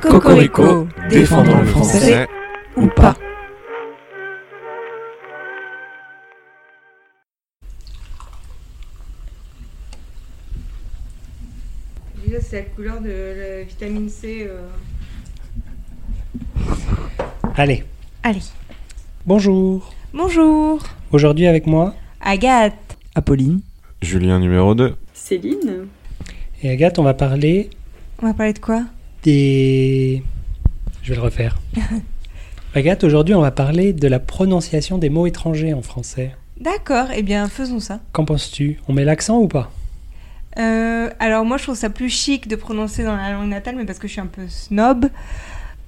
Cocorico, défendons le français ou pas. Là, c'est la couleur de la vitamine C. euh. Allez, Allez, bonjour. bonjour Aujourd'hui avec moi, Agathe Apolline, Julien numéro 2. Céline et Agathe, on va parler On va parler de quoi des... Je vais le refaire. Agathe, aujourd'hui, on va parler de la prononciation des mots étrangers en français. D'accord, eh bien faisons ça. Qu'en penses-tu On met l'accent ou pas Euh, alors moi je trouve ça plus chic de prononcer dans la langue natale, mais parce que je suis un peu snob.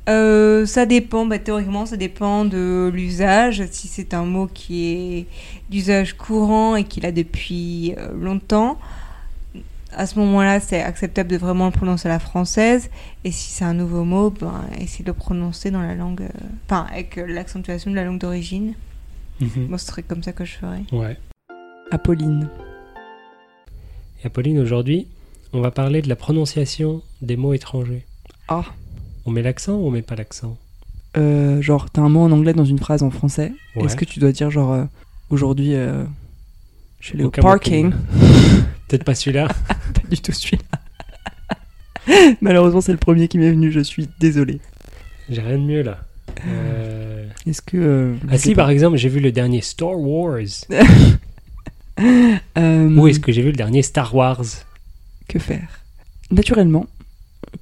Euh, ça dépend, bah, théoriquement ça dépend de l'usage, si c'est un mot qui est d'usage courant et qu'il a depuis euh, longtemps. À ce moment-là, c'est acceptable de vraiment le prononcer à la française. Et si c'est un nouveau mot, ben, essayer de le prononcer dans la langue, euh, enfin avec euh, l'accentuation de la langue d'origine. Mhm. Moi, ce serait comme ça que je ferais. Ouais. Apolline, Et Apolline, aujourd'hui, on va parler de la prononciation des mots étrangers. Ah. On met l'accent ou on met pas l'accent euh, genre t'as un mot en anglais dans une phrase en français, Ouais. est-ce que tu dois dire genre euh, aujourd'hui euh, je suis allé au Aucun mot parking commun. Peut-être pas celui-là. Pas du tout celui-là. Malheureusement c'est le premier qui m'est venu, je suis désolé. J'ai rien de mieux là. Euh, Est-ce que... euh, Ah si, par exemple, j'ai vu le dernier Star Wars. euh, Où est-ce que j'ai vu le dernier Star Wars Que faire Naturellement,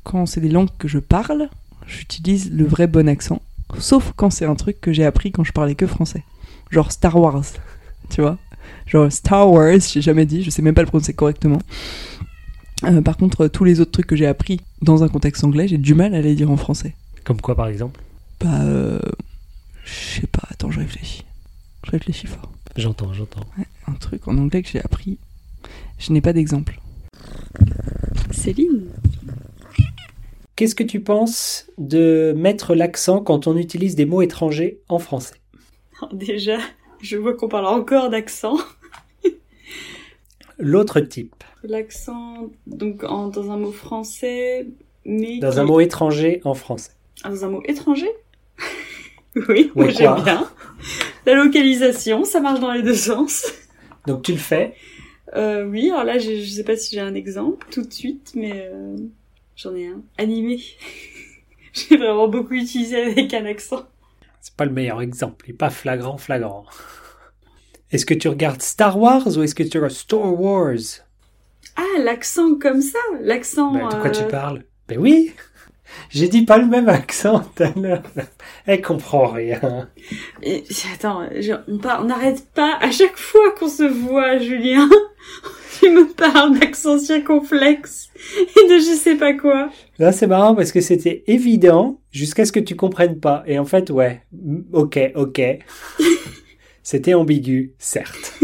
quand c'est des langues que je parle, j'utilise le vrai bon accent, sauf quand c'est un truc que j'ai appris quand je parlais que français. Genre Star Wars, tu vois Genre Star Wars, j'ai jamais dit, je sais même pas le prononcer correctement. Euh, par contre, tous les autres trucs que j'ai appris dans un contexte anglais, j'ai du mal à les dire en français. Comme quoi, par exemple Bah, euh, je sais pas, attends, je réfléchis. Je réfléchis fort. J'entends, j'entends. Un truc en anglais que j'ai appris, je n'ai pas d'exemple. Céline Qu'est-ce que tu penses de mettre l'accent quand on utilise des mots étrangers en français Déjà, je vois qu'on parle encore d'accent. L'autre type, L'accent, donc en- dans un mot français, mais. dans qui- un mot étranger en français. Ah, dans un mot étranger Oui, Ouais, moi, j'aime quoi bien. La localisation, ça marche dans les deux sens. Donc tu le fais. Euh, oui, alors là, j'ai- je sais pas si j'ai un exemple tout de suite, mais euh, j'en ai un. Animé. j'ai vraiment beaucoup utilisé avec un accent. C'est pas le meilleur exemple, il est pas flagrant, flagrant. Est-ce que tu regardes Star Wars ou est-ce que tu regardes Star Wars Ah, l'accent comme ça L'accent... Ben, De quoi tu euh, parles Ben oui J'ai dit pas le même accent tout à l'heure. Elle comprend rien. et- attends, je- on par- on n'arrête pas à chaque fois qu'on se voit, Julien. tu me parles d'accent circonflexe et de je sais pas quoi. Là, c'est marrant parce que c'était évident jusqu'à ce que tu comprennes pas. Et en fait, ouais, mm, ok, ok. c'était ambigu, certes.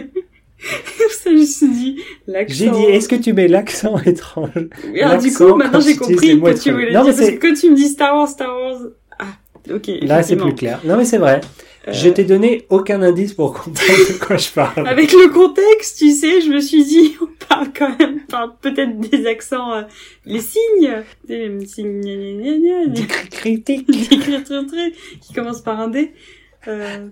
Pour ça, je me suis dit, l'accent... J'ai dit, est-ce que tu mets l'accent étrange Oui, alors du l'accent coup, maintenant quand j'ai tu utilises compris les mots que tu étrangers. voulais Non, dire. mais Parce c'est- que quand tu me dis Star Wars, Star Wars... Ah, ok. Là, c'est effectivement. plus clair. Non, mais c'est vrai. Je Euh, t'ai donné aucun indice pour comprendre de quoi je parle. Avec le contexte, tu sais, je me suis dit, on parle quand même, on parle peut-être des accents, euh, les signes, des signes, gna, gna, gna, gna, Du gna, cri- critique. des cris très, très, qui commencent par un D. Euh,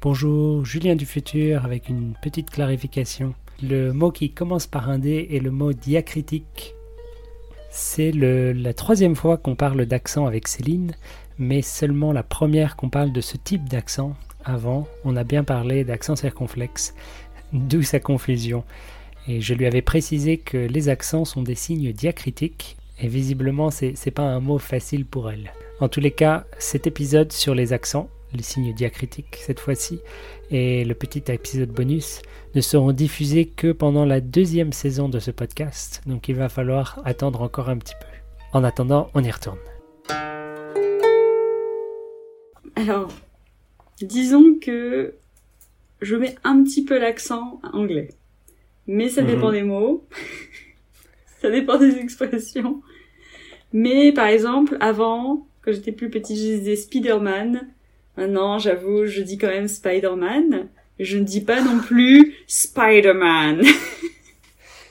Bonjour, Julien du futur avec une petite clarification. Le mot qui commence par un D est le mot diacritique. C'est le- la troisième fois qu'on parle d'accent avec Céline, mais seulement la première qu'on parle de ce type d'accent. Avant, on a bien parlé d'accent circonflexe, d'où sa confusion. Et je lui avais précisé que les accents sont des signes diacritiques, et visiblement, c'est c'est pas un mot facile pour elle. En tous les cas, cet épisode sur les accents, les signes diacritiques cette fois-ci, et le petit épisode bonus ne seront diffusés que pendant la deuxième saison de ce podcast, donc il va falloir attendre encore un petit peu. En attendant, on y retourne. alors, disons que je mets un petit peu l'accent anglais. Mais ça Mhm. dépend des mots. ça dépend des expressions. Mais par exemple, avant, quand j'étais plus petit, je disais Spider-Man. Maintenant, j'avoue, je dis quand même Spider-Man. Je ne dis pas non plus Spider-Man.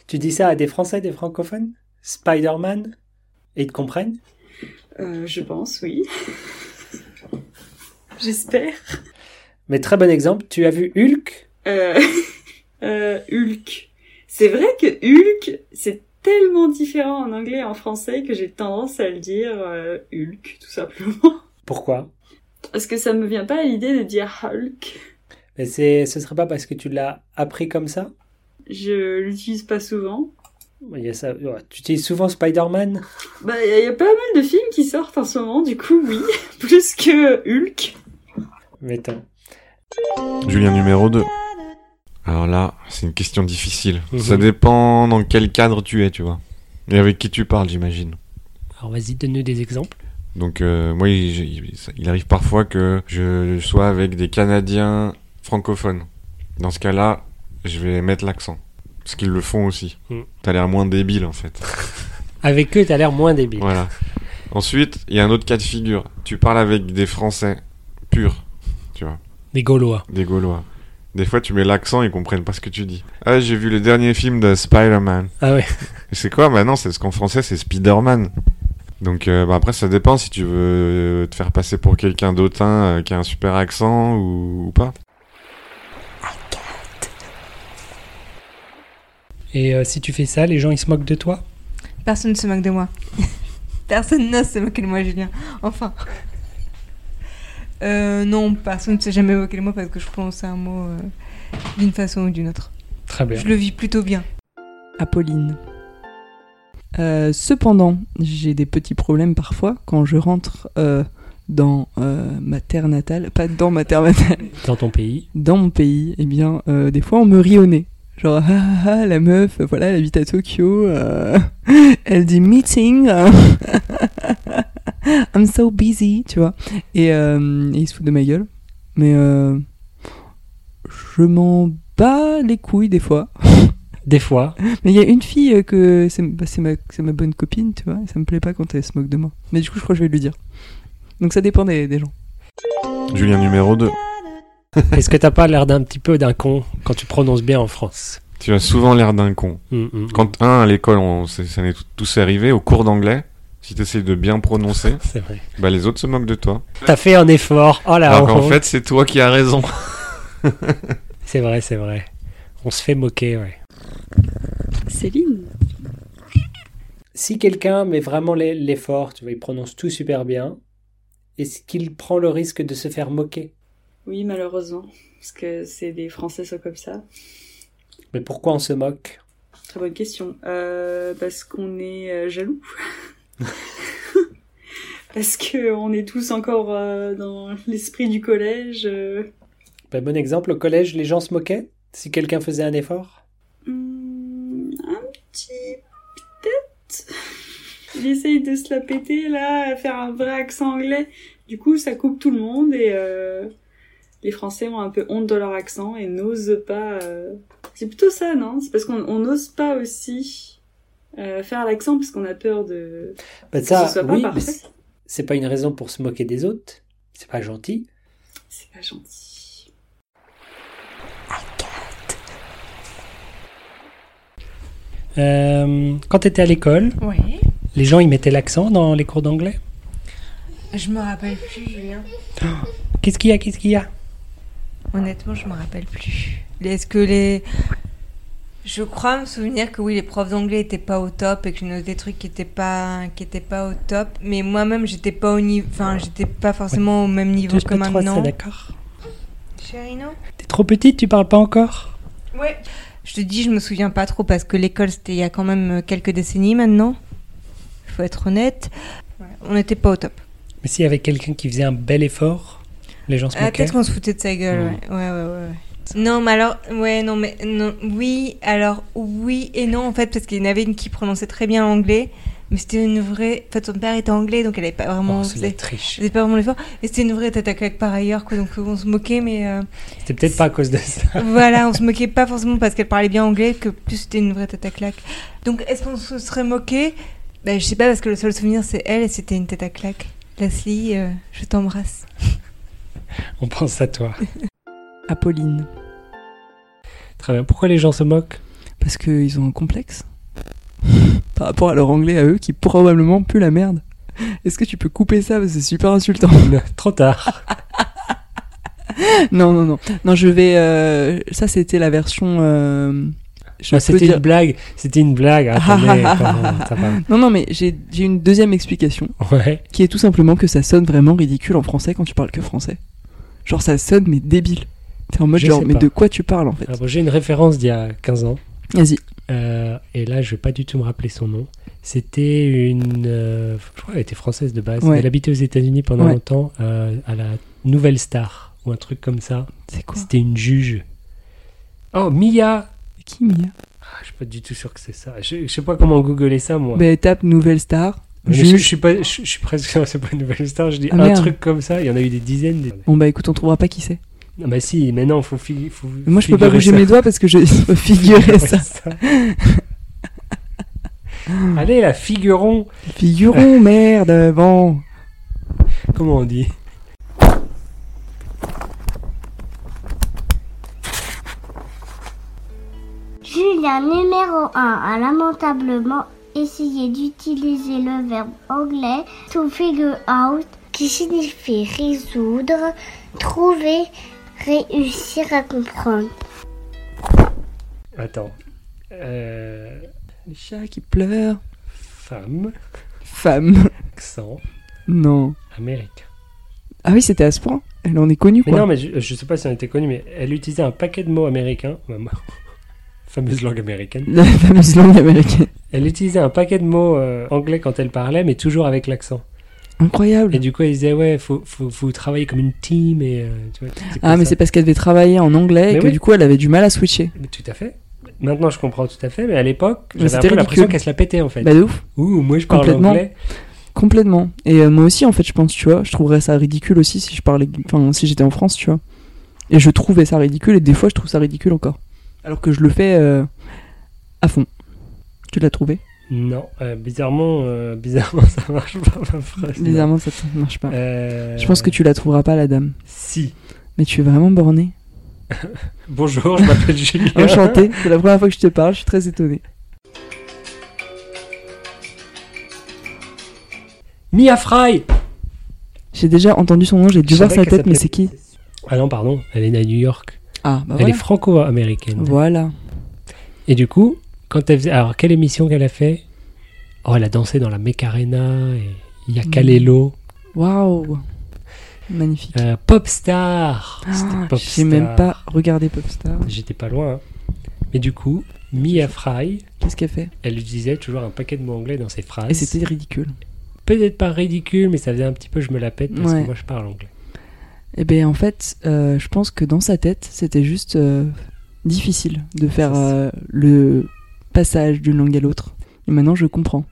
Tu dis ça à des Français, des francophones Spider-Man Et ils te comprennent Euh, je pense, oui. J'espère. Mais très bon exemple, tu as vu Hulk Euh, euh, Hulk. C'est vrai que Hulk, c'est tellement différent en anglais et en français que j'ai tendance à le dire euh, Hulk, tout simplement. Pourquoi Parce que ça me vient pas à l'idée de dire Hulk. Mais c'est, ce serait pas parce que tu l'as appris comme ça Je l'utilise pas souvent. Il y a ça- ouais, Tu utilises souvent Spider-Man Bah, il y, a pas mal de films qui sortent en ce moment, du coup, oui. Plus que Hulk. Mais attends. Julien numéro 2. Alors là, c'est une question difficile. Mhm. Ça dépend dans quel cadre tu es, tu vois. Et avec qui tu parles, j'imagine. Alors vas-y, donne-nous des exemples. Donc euh, moi, il, il- il arrive parfois que je sois avec des Canadiens francophones. Dans ce cas-là, je vais mettre l'accent. Parce qu'ils le font aussi. Mhm. T'as l'air moins débile, en fait. Avec eux, t'as l'air moins débile. Voilà. Ensuite, il y a un autre cas de figure. Tu parles avec des Français purs, tu vois, Des Gaulois. des Gaulois. Des fois, tu mets l'accent, ils comprennent pas ce que tu dis. Ah, j'ai vu le dernier film de Spider-Man. Ah ouais. Et C'est quoi Bah non, c'est ce qu'en français, c'est Spider-Man. Donc euh, bah après, ça dépend si tu veux euh, te faire passer pour quelqu'un d'autant qui a un super accent ou, ou pas. Et euh, si tu fais ça, les gens ils se moquent de toi Personne ne se moque de moi. personne n'ose se moquer de moi, Julien. Enfin. Euh, non, personne ne s'est jamais moqué de moi parce que je prononce un mot euh, d'une façon ou d'une autre. Très bien. Je le vis plutôt bien. Apolline. Euh, cependant, j'ai des petits problèmes parfois quand je rentre euh, dans euh, ma terre natale, pas dans ma terre natale, Dans ton pays. dans mon pays. Eh bien, euh, des fois, on me rit au nez. Genre, ah, ah, ah, la meuf, voilà, elle habite à Tokyo, euh, elle dit meeting, euh, I'm so busy, tu vois. Et euh, et ils se foutent de ma gueule. Mais euh, je m'en bats les couilles des fois. Des fois. Mais il y a une fille euh, que c'est bah, c'est ma, c'est ma bonne copine, tu vois, et ça me plaît pas quand elle se moque de moi. Mais du coup, je crois que je vais lui dire. Donc ça dépend des, des gens. Julien numéro 2. Est-ce que t'as pas l'air d'un petit peu d'un con quand tu prononces bien en France Tu as souvent l'air d'un con. Hum, hum. Quand, un, à l'école, on, c'est- ça n'est tous arrivé, au cours d'anglais, si t'essayes de bien prononcer, C'est vrai. bah les autres se moquent de toi. T'as fait un effort. Oh là, Alors on- qu'en fait, c'est toi qui as raison. C'est vrai, c'est vrai. On se fait moquer, ouais. Céline. si quelqu'un met vraiment l'e- l'effort, tu vois, il prononce tout super bien, est-ce qu'il prend le risque de se faire moquer Oui, malheureusement. Parce que c'est des Français sont comme ça. Mais pourquoi on se moque Très bonne question. Euh, parce qu'on est euh, jaloux. parce que on est tous encore euh, dans l'esprit du collège. euh. Ben, Bon exemple, au collège, les gens se moquaient si quelqu'un faisait un effort Hmm, un petit... Peut-être. Il essaye de se la péter, là, à faire un vrai accent anglais. Du coup, ça coupe tout le monde et euh, les Français ont un peu honte de leur accent et n'osent pas... euh. C'est plutôt ça, non C'est parce qu'on on n'ose pas aussi... euh, faire l'accent parce qu'on a peur de Ben, que ça, ce soit pas oui, mais parfait. c'est- c'est pas une raison pour se moquer des autres. C'est pas gentil. C'est pas gentil. Euh, quand t'étais à l'école, Ouais. les gens, ils mettaient l'accent dans les cours d'anglais Je me rappelle plus, Julien. Qu'est-ce qu'il y a Qu'est-ce qu'il y a Honnêtement, je me rappelle plus. Est-ce que les. Je crois me souvenir que oui, les profs d'anglais étaient pas au top et que je notais des trucs qui étaient pas, qui étaient pas au top. Mais moi-même, j'étais pas au niveau. Enfin, j'étais pas forcément au même niveau Deux, que trois, c'est maintenant. d'accord. Chérino T'es trop petite, tu parles pas encore Ouais. Je te dis, je me souviens pas trop parce que l'école, c'était il y a quand même euh, quelques décennies maintenant. Faut être honnête. On n'était pas au top. Mais s'il y avait quelqu'un qui faisait un bel effort, les gens se Euh, Ah, moquaient peut-être qu'on se foutait de sa gueule, ouais. Ouais, ouais, ouais, ouais. Non, mais alors, ouais, non, mais non, oui, alors oui et non en fait, parce qu'il y en avait une qui prononçait très bien l'anglais, mais c'était une vraie. En fait, son père était anglais, donc elle n'avait pas vraiment. Oh, c'est de la faisait- triche. faisait pas vraiment l'effort. Et c'était une vraie tête à claque par ailleurs, quoi, donc on se moquait, mais euh, C'était peut-être pas à cause de ça. voilà, on se moquait pas forcément parce qu'elle parlait bien anglais, que plus c'était une vraie tête à claque. Donc est-ce qu'on se serait moqué ben, Je sais pas, parce que le seul souvenir c'est elle et c'était une tête à claque. Leslie, euh, je t'embrasse. On pense à toi. Apolline. Très bien. Pourquoi les gens se moquent Parce qu'ils ont un complexe par rapport à leur anglais à eux qui probablement pue la merde. Est-ce que tu peux couper ça Parce que c'est super insultant. Trop tard. non, non, non. Non, je vais. euh, Ça, c'était la version. euh, je Ah, peux C'était dire- une blague. C'était une blague. hein, Attendez, attends, ça va. Non, non, mais j'ai j'ai une deuxième explication Ouais. qui est tout simplement que ça sonne vraiment ridicule en français quand tu parles que français. Genre, ça sonne, mais débile. T'es en mode, Je genre, sais mais pas. Ah de quoi tu parles en fait Alors, j'ai une référence d'il y a 15 ans. Vas-y. Euh, et là, je vais pas du tout me rappeler son nom. C'était une. euh, je crois qu'elle était française de base. Ouais. Elle habitait aux États-Unis pendant Ouais. longtemps, euh, à la Nouvelle Star, ou un truc comme ça. C'est quoi C'était une juge. Oh, Mia Qui, Mia Ah, Je suis pas du tout sûr que c'est ça. Je, je sais pas comment googler ça, moi. Ben, tape nouvelle star. Mais je, je Juge. suis pas, je, je suis presque sûr que c'est pas une Nouvelle Star. Je dis Ah, un merde. truc comme ça. Il y en a eu des dizaines. des- Bon, bah écoute, on trouvera pas qui c'est. Non, bah si, mais non, faut. fi- faut Mais Moi, je peux pas figurer bouger ça. mes doigts parce que je figurer ça. Allez, la figuron. Figurons, merde, bon. Comment on dit Julien numéro 1 a lamentablement essayé d'utiliser le verbe anglais to figure out qui signifie résoudre, trouver, réussir à comprendre. Attends. Euh, Les chats qui pleurent. femme, Femme. accent, Non. américain. Ah oui, c'était à ce point. Elle en est connue, Mais quoi. non, mais je, je sais pas si on était connu, mais elle utilisait un paquet de mots américains. ma- ma- fameuse langue américaine. La fameuse langue américaine. Elle utilisait un paquet de mots euh, anglais quand elle parlait, mais toujours avec l'accent. Incroyable. Et du coup, elle disait, ouais, faut, faut, faut travailler comme une team. Et, euh, tu vois, Ah, mais ça. c'est parce qu'elle devait travailler en anglais Mais et que oui. du coup, elle avait du mal à switcher. Mais Tout à fait. Maintenant, je comprends tout à fait, mais à l'époque, Mais j'avais c'était un peu l'impression ridicule. qu'elle se la pétait, en fait. Bah, de ouf. Ouh, moi, je parle Complètement. anglais. Complètement. Et euh, moi aussi, en fait, je pense, tu vois, je trouverais ça ridicule aussi si je parlais. Enfin, si j'étais en France, tu vois. Et je trouvais ça ridicule et des fois, je trouve ça ridicule encore. Alors que je le fais euh, à fond. Tu l'as trouvé Non, euh, bizarrement, euh, bizarrement, ça marche pas, ma phrase. non. Bizarrement, ça ne marche pas. Euh, Je pense que tu la trouveras pas, la dame. Si. Mais tu es vraiment bornée. Bonjour, je m'appelle Julien. Enchantée, c'est la première fois que je te parle, je suis très étonnée. Mia Fry J'ai déjà entendu son nom, j'ai dû Je voir savais sa qu'elle tête, mais c'est s'appelait- qui Ah non, pardon, elle est née à New York. Ah, bah elle voilà. est franco-américaine. Voilà. Et du coup, quand elle faisait... Alors, quelle émission qu'elle a fait Oh, elle a dansé dans la Mecarena, et Hmm. Yakalelo, Waouh. Magnifique. euh, Popstar Ah, C'était j'ai Popstar. même pas regardé Popstar. J'étais pas loin. hein. Mais du coup, Mia Fry, Qu'est-ce qu'elle fait elle utilisait toujours un paquet de mots anglais dans ses phrases. Et c'était ridicule. peut-être pas ridicule, mais ça faisait un petit peu je me la pète parce Ouais. que moi je parle anglais. Eh bien, en fait, euh, je pense que dans sa tête, c'était juste euh, difficile de faire C'est ça. euh, le passage d'une langue à l'autre. Et maintenant, je comprends.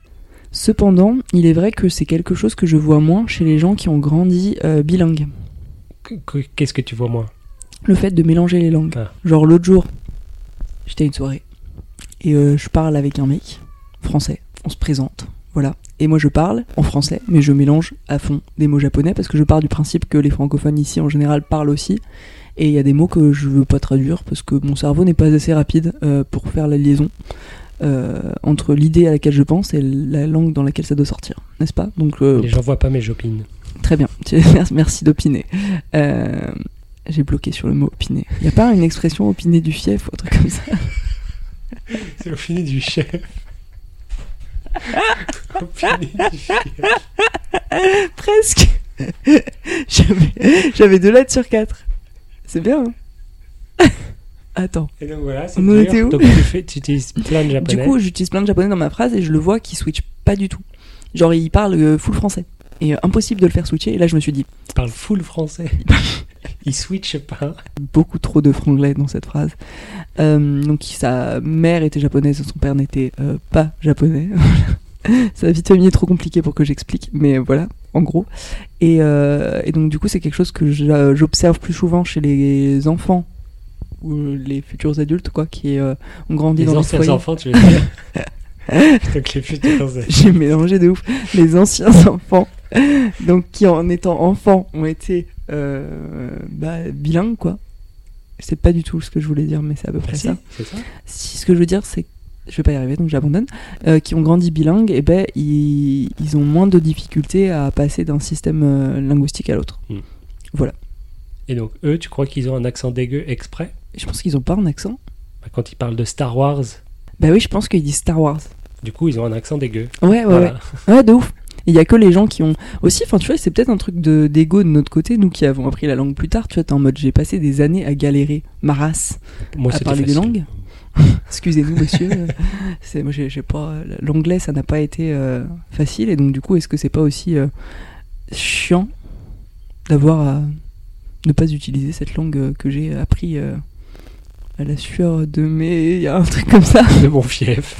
Cependant, il est vrai que c'est quelque chose que je vois moins chez les gens qui ont grandi euh, bilingues. Qu- qu- Qu'est-ce que tu vois moi Le fait de mélanger les langues. Ah. Genre, l'autre jour, j'étais à une soirée et euh, je parle avec un mec français. On se présente, voilà. Et moi, je parle en français, mais je mélange à fond des mots japonais parce que je pars du principe que les francophones ici, en général, parlent aussi. Et il y a des mots que je veux pas traduire parce que mon cerveau n'est pas assez rapide euh, pour faire la liaison euh, entre l'idée à laquelle je pense et la langue dans laquelle ça doit sortir, n'est-ce pas Donc, euh, Les gens voient pas, mais j'opine. Très bien, Tu- merci- merci d'opiner. Euh, J'ai bloqué sur le mot opiner. Il n'y a pas une expression opiner du fief ou un truc comme ça C'est l'opinion du chef. L'opinion du chef. Presque J'avais- J'avais deux lettres sur quatre. C'est bien, hein Attends. Et donc voilà, c'est On en dur. était où Donc tu, fais, tu utilises plein de japonais. Du coup, j'utilise plein de japonais dans ma phrase et je le vois qui switch pas du tout. Genre, il parle euh, full français. Et euh, impossible de le faire switcher. Et là, je me suis dit, tu parles full français. Ils switchent pas. beaucoup trop de franglais dans cette phrase. Euh, donc sa mère était japonaise, son père n'était euh, pas japonais. Sa vie de famille est trop compliquée pour que j'explique, mais voilà, en gros. Et, euh, et donc du coup, c'est quelque chose que j'a- j'observe plus souvent chez les enfants ou les futurs adultes, quoi, qui euh, ont grandi Les dans des anciens foyers. enfants, tu veux dire. donc les futurs. euh, J'ai mélangé de ouf les anciens enfants, donc qui en étant enfants ont été euh, bah, bilingues quoi, C'est pas du tout ce que je voulais dire, mais c'est à peu près Si, ça. c'est ça. Si ce que je veux dire, c'est je vais pas y arriver, donc j'abandonne, euh, qui ont grandi bilingues, et ben ils, ils ont moins de difficultés à passer d'un système euh, linguistique à l'autre. Et donc, eux, tu crois qu'ils ont un accent dégueu exprès Je pense qu'ils ont pas un accent. Bah, Quand ils parlent de Star Wars, Bah oui, je pense qu'ils disent Star Wars. du coup, ils ont un accent dégueu. Ouais, ouais, Voilà. ouais, ouais, de ouf. Il y a que les gens qui ont aussi, enfin tu vois, c'est peut-être un truc de d'ego de notre côté, nous qui avons appris la langue plus tard. Tu vois, t'es en mode j'ai passé des années à galérer, ma race. Moi, À Oh, c'était parler des facile. langues Excusez-nous, monsieur. euh, c'est moi, j'ai j'ai pas euh, l'anglais, ça n'a pas été euh, facile, et donc du coup, est-ce que c'est pas aussi euh, chiant d'avoir à ne pas utiliser cette langue euh, que j'ai appris euh, à la sueur de mes, il y a un truc comme ça. De mon fief.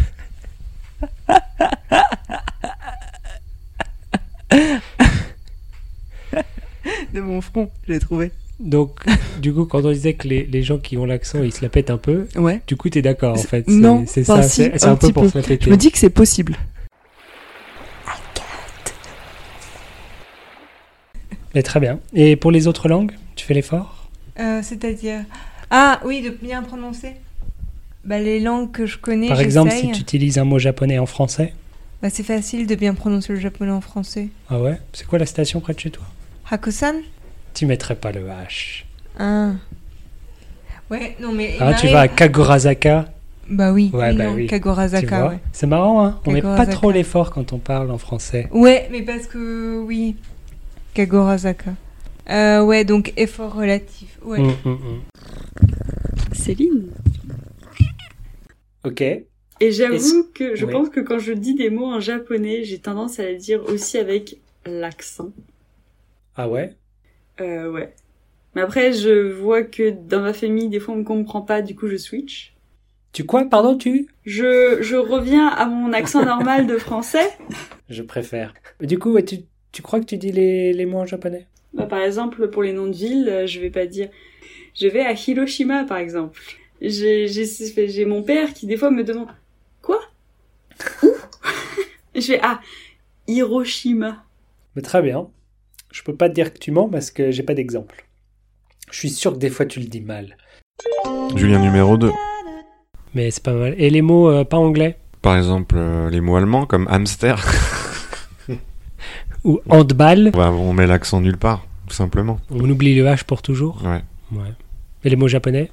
De mon front, j'ai trouvé. Donc, du coup, quand on disait que les, les gens qui ont l'accent, ils se la pètent un peu, Ouais. du coup, t'es d'accord, en C'est- fait. non, c'est c'est pas ça, si, c'est c'est un un peu petit pour peu. se la péter. Je me dis que c'est possible. Mais très bien. Et pour les autres langues, tu fais l'effort Euh, C'est-à-dire. Ah oui, de bien prononcer. Bah, les langues que je connais, Par exemple, si j'essaye. tu utilises un mot japonais en français, Bah, c'est facile de bien prononcer le japonais en français. ah ouais C'est quoi la station près de chez toi Hakusan Tu mettrais pas le H. Ah. Ouais, non mais. Eh il ben, Ah, tu m'arrive- vas à Kagorazaka, Bah oui, Ouais, bah non, oui. tu Kagorazaka. vois. Ouais. C'est marrant, hein On met pas Kagorazaka. trop l'effort quand on parle en français. Ouais, mais parce que. Oui. Kagorazaka. Euh, ouais, donc effort relatif. Ouais. Hum, hum, hum. Céline. Ok. Et j'avoue Est-ce- que je Ouais. pense que quand je dis des mots en japonais, j'ai tendance à les dire aussi avec l'accent. Ah ouais Euh, ouais. Mais après, je vois que dans ma famille, des fois, on me comprend pas, du coup, je switch. Tu quoi Pardon, tu Je, je reviens à mon accent normal de français. Je préfère. Du coup, ouais, tu, tu crois que tu dis les, les mots en japonais Bah, par exemple, pour les noms de villes, euh, je vais pas dire. Je vais à Hiroshima, par exemple. J'ai j'ai- j'ai mon père qui, des fois, me demande Quoi Où Je vais à Hiroshima. Mais très bien. Je peux pas te dire que tu mens parce que j'ai pas d'exemple. Je suis sûr que des fois tu le dis mal. Julien numéro 2. Mais c'est pas mal. Et les mots euh, pas anglais Par exemple, euh, les mots allemands comme hamster. Ou handball Ouais, Bah, on met l'accent nulle part, tout simplement. On oublie le H pour toujours Ouais. Ouais. Et les mots japonais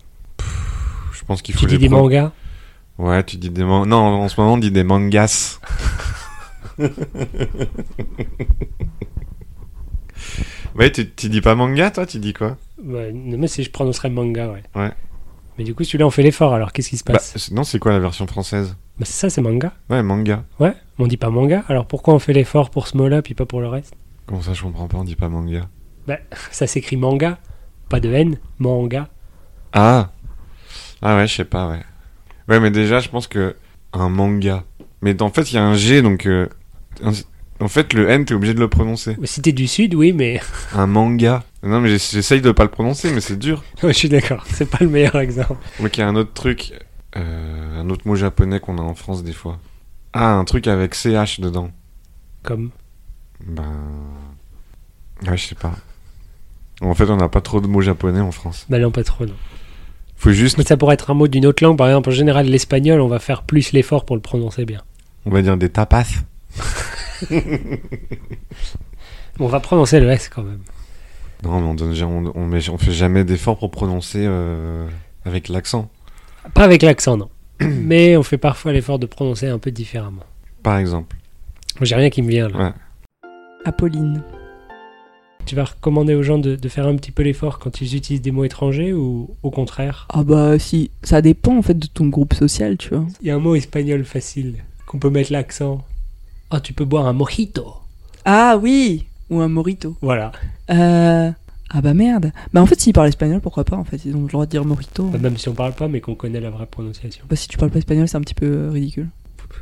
Je pense qu'il faut Tu les dis des prendre. mangas Ouais, tu dis des mangas. Non, en ce moment, on dit des mangas. ouais, tu, tu dis pas manga, toi Tu dis quoi Ouais, non, mais si je prononcerais manga, ouais. Ouais. Mais du coup, celui-là, on fait l'effort. Alors, qu'est-ce qui se Bah, passe c'est- Non, c'est quoi la version française Bah, c'est ça, c'est manga. Ouais, manga. Ouais, on dit pas manga. Alors, pourquoi on fait l'effort pour ce mot-là, puis pas pour le reste Comment ça, je comprends pas, on dit pas manga. Ça s'écrit manga, pas de N, manga. Ah Ah ouais, je sais pas, ouais. Ouais, mais déjà, je pense que un manga. Mais en fait, il y a un G, donc... euh, un- En fait, le N, t'es obligé de le prononcer. Si t'es du Sud, oui, mais Un manga. Non, mais j'ess- j'essaye de pas le prononcer, mais c'est dur. Oh, je suis d'accord. C'est pas le meilleur exemple. Ok, un autre truc. euh, un autre mot japonais qu'on a en France des fois. Ah, un truc avec CH dedans. Comme Ben. Ouais, je sais pas. En fait, on n'a pas trop de mots japonais en France. Bah non, pas trop, non. Faut juste, Mais ça pourrait être un mot d'une autre langue, par exemple, en général, l'espagnol, on va faire plus l'effort pour le prononcer bien. on va dire des tapas. On va prononcer le S quand même. Non, mais on, donne, ja- on, on, met- on fait jamais d'effort pour prononcer euh, avec l'accent. Pas avec l'accent, non. Mais on fait parfois l'effort de prononcer un peu différemment. Par exemple. J'ai rien qui me vient là. Ouais. Apolline. Tu vas recommander aux gens de, de faire un petit peu l'effort quand ils utilisent des mots étrangers ou au contraire Ah bah si, ça dépend en fait de ton groupe social, tu vois. Il y a un mot espagnol facile qu'on peut mettre l'accent. Ah, tu peux boire un mojito. Ah oui, ou un morito. Voilà. Euh... Ah bah merde. Bah en fait, s'ils parlent espagnol, pourquoi pas En fait, ils ont le droit de dire morito. Bah, même si on parle pas, mais qu'on connaît la vraie prononciation. Bah si tu parles pas espagnol, c'est un petit peu euh, ridicule.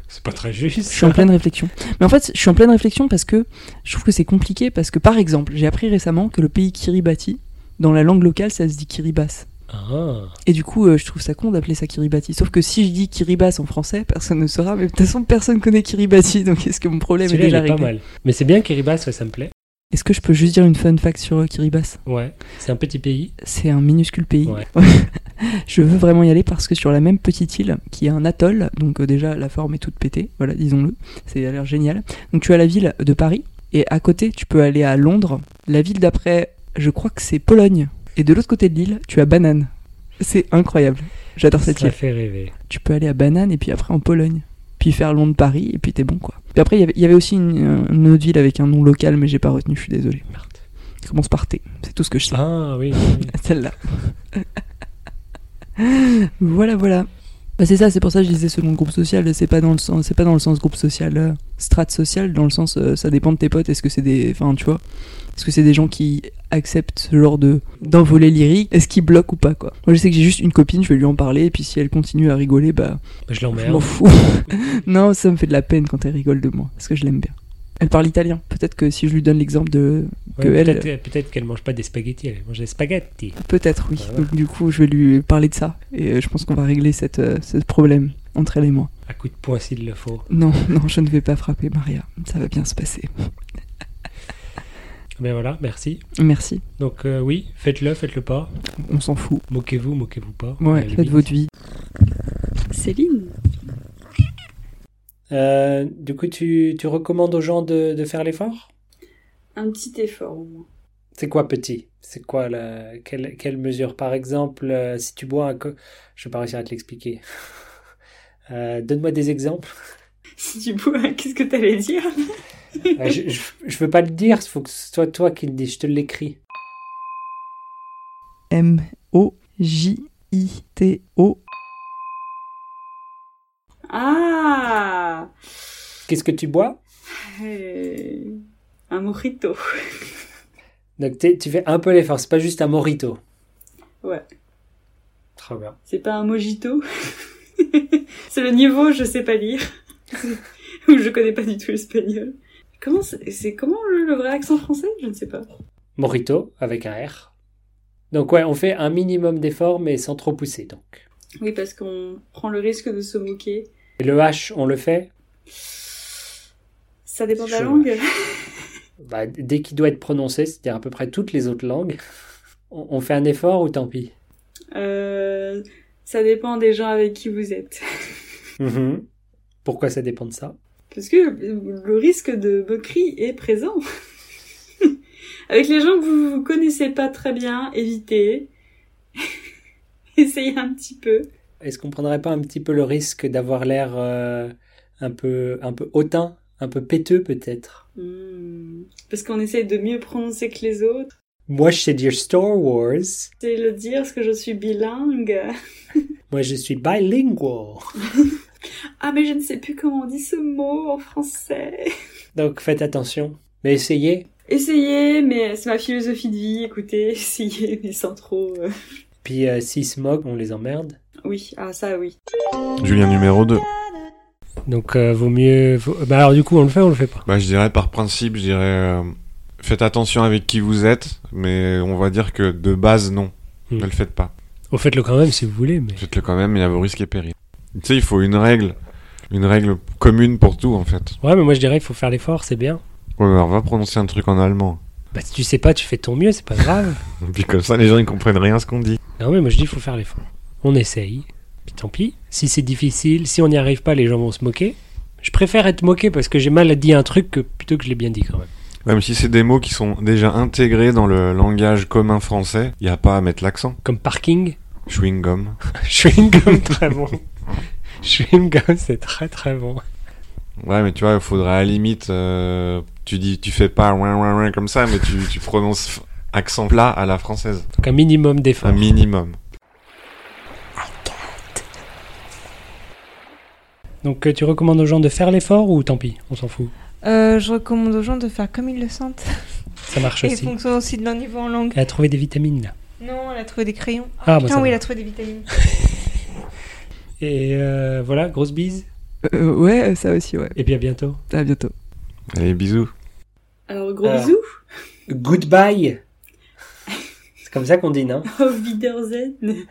C'est pas très Je juste. suis en pleine réflexion. Mais en fait, je suis en pleine réflexion parce que je trouve que c'est compliqué parce que par exemple, j'ai appris récemment que le pays Kiribati, dans la langue locale, ça se dit Kiribati. Ah. Et du coup, euh, je trouve ça con d'appeler ça Kiribati. Sauf que si je dis Kiribati en français, personne ne saura. Mais de toute façon, personne connaît Kiribati, donc est-ce que mon problème est Celui-là, il déjà est pas réglé mal. Mais c'est bien Kiribati, ouais, ça me plaît. Est-ce que je peux juste dire une fun fact sur euh, Kiribati Ouais, c'est un petit pays. C'est un minuscule pays. Ouais. je veux vraiment y aller parce que sur la même petite île, qui est un atoll, donc euh, déjà la forme est toute pétée, voilà, disons-le, c'est a l'air génial. Donc tu as la ville de Paris, et à côté tu peux aller à Londres. La ville d'après, je crois que c'est Pologne. Et de l'autre côté de l'île, tu as Banane. C'est incroyable. J'adore cette Ça île. fait rêver. Tu peux aller à Banane et puis après en Pologne. Puis faire Londres-Paris et puis t'es bon quoi. Puis après, il y avait- il y avait aussi une, une autre ville avec un nom local, mais j'ai pas retenu, je suis désolé. Marthe. Ça commence par T, c'est tout ce que je sais. Ah oui, oui, oui. Celle-là. voilà, voilà. Bah, c'est ça, c'est pour ça que je disais selon le groupe social. C'est pas dans le sens, c'est pas dans le sens groupe social, euh, strate sociale, dans le sens euh, ça dépend de tes potes. Est-ce que c'est des, enfin tu vois, est-ce que c'est des gens qui acceptent ce genre de d'envolée lyrique Est-ce qu'ils bloquent ou pas quoi Moi je sais que j'ai juste une copine, je vais lui en parler et puis si elle continue à rigoler, bah Bah, je je m'en l'emmerde. fous. non, ça me fait de la peine quand elle rigole de moi parce que je l'aime bien. Elle parle italien. Peut-être que si je lui donne l'exemple de que Ouais, elle- peut-être, euh, peut-être qu'elle mange pas des spaghettis, elle mange des spaghettis. Peut-être oui. Voilà. Donc du coup, je vais lui parler de ça et euh, je pense qu'on va régler cette, euh, ce problème entre elle et moi. À coup de poing s'il le faut. Non, non, je ne vais pas frapper Maria. Ça va bien se passer. Ben voilà, merci. Merci. Donc euh, oui, faites-le, faites-le pas. On s'en fout. Moquez-vous, moquez-vous pas. Ouais, À la faites limite. votre vie. Céline Euh, du coup, tu, tu recommandes aux gens de, de faire l'effort Un petit effort au moins. C'est quoi petit C'est quoi la... Quelle, quelle mesure Par exemple, euh, si tu bois un... co- Je vais pas réussir à te l'expliquer. Euh, donne-moi des exemples. Si tu bois, qu'est-ce que t'allais dire Euh, je, je, je veux pas le dire, il faut que ce soit toi qui le dis, je te l'écris. M O J I T O. Ah Qu'est-ce que tu bois Euh, Un mojito. Donc t'es- tu fais un peu l'effort, c'est pas juste un morito. Ouais. Très bien. C'est pas un mojito. c'est le niveau, je sais pas lire. Ou je connais pas du tout l'espagnol. Comment c'est c'est- comment le, le vrai accent français Je ne sais pas. Morito avec un R. Donc ouais, on fait un minimum d'effort mais sans trop pousser donc. Oui, parce qu'on prend le risque de se moquer. Et le H, on le fait Ça dépend de la Chaud. langue. bah, dès qu'il doit être prononcé, c'est-à-dire à peu près toutes les autres langues. On on fait un effort ou tant pis Euh, ça dépend des gens avec qui vous êtes. Mhm. Pourquoi ça dépend de ça Parce que le risque de moquerie est présent. Avec les gens que vous, vous connaissez pas très bien, évitez. Essayez un petit peu. Est-ce qu'on prendrait pas un petit peu le risque d'avoir l'air euh, un peu un peu hautain, un peu péteux peut-être Hmm. Parce qu'on essaye de mieux prononcer que les autres. Moi, je sais dire Star Wars. C'est le dire parce que je suis bilingue. Moi, je suis bilingual. Ah mais je ne sais plus comment on dit ce mot en français. Donc faites attention. Mais essayez. Essayez, mais c'est ma philosophie de vie. Écoutez, essayez, mais sans trop. euh. Puis euh, s'ils se moquent, on les emmerde. Oui, ah ça oui. Julien numéro 2. Donc euh, vaut mieux. vaut- Bah alors du coup, on le fait, ou on le fait pas. Bah, je dirais par principe, je dirais euh, faites attention avec qui vous êtes, mais on va dire que de base, non. Hmm. Ne le faites pas. Vous faites-le quand même si vous voulez, mais. Faites-le quand même, mais à vos risques et périls. Tu sais, il faut une règle, une règle commune pour tout en fait. Ouais, mais moi je dirais qu'il faut faire l'effort, c'est bien. Ouais, mais alors va prononcer un truc en allemand. Bah si tu sais pas, tu fais ton mieux, c'est pas grave. Et puis comme ça, les gens ils comprennent rien à ce qu'on dit. non mais moi je dis faut faire l'effort. On essaye. Puis tant pis. Si c'est difficile, si on n'y arrive pas, les gens vont se moquer. Je préfère être moqué parce que j'ai mal dit un truc que plutôt que je l'ai bien dit quand même. Même si c'est des mots qui sont déjà intégrés dans le langage commun français, il n'y a pas à mettre l'accent. Comme parking. Chewing gum. Chewing gum très bon. Chewing gum c'est très très bon. Ouais, mais tu vois, il faudrait à la limite, euh, tu dis, tu fais pas ouin, ouin, ouin comme ça, mais tu, tu prononces f- accent plat à la française, Donc un minimum d'effort. un minimum. Donc euh, tu recommandes aux gens de faire l'effort ou tant pis, on s'en fout. Euh, je recommande aux gens de faire comme ils le sentent. Ça marche Et aussi. fonction aussi de leur niveau en langue. Elle a trouvé des vitamines là. Non, elle a trouvé des crayons. Ah, bah, Putain, ça oui, va. elle a trouvé des vitamines. Et euh, voilà, grosse bise. Euh, ouais, ça aussi, ouais. Et puis à bientôt. À bientôt. Allez, bisous. Alors gros Euh. bisous. Goodbye. C'est comme ça qu'on dit, non Auf Wiedersehen.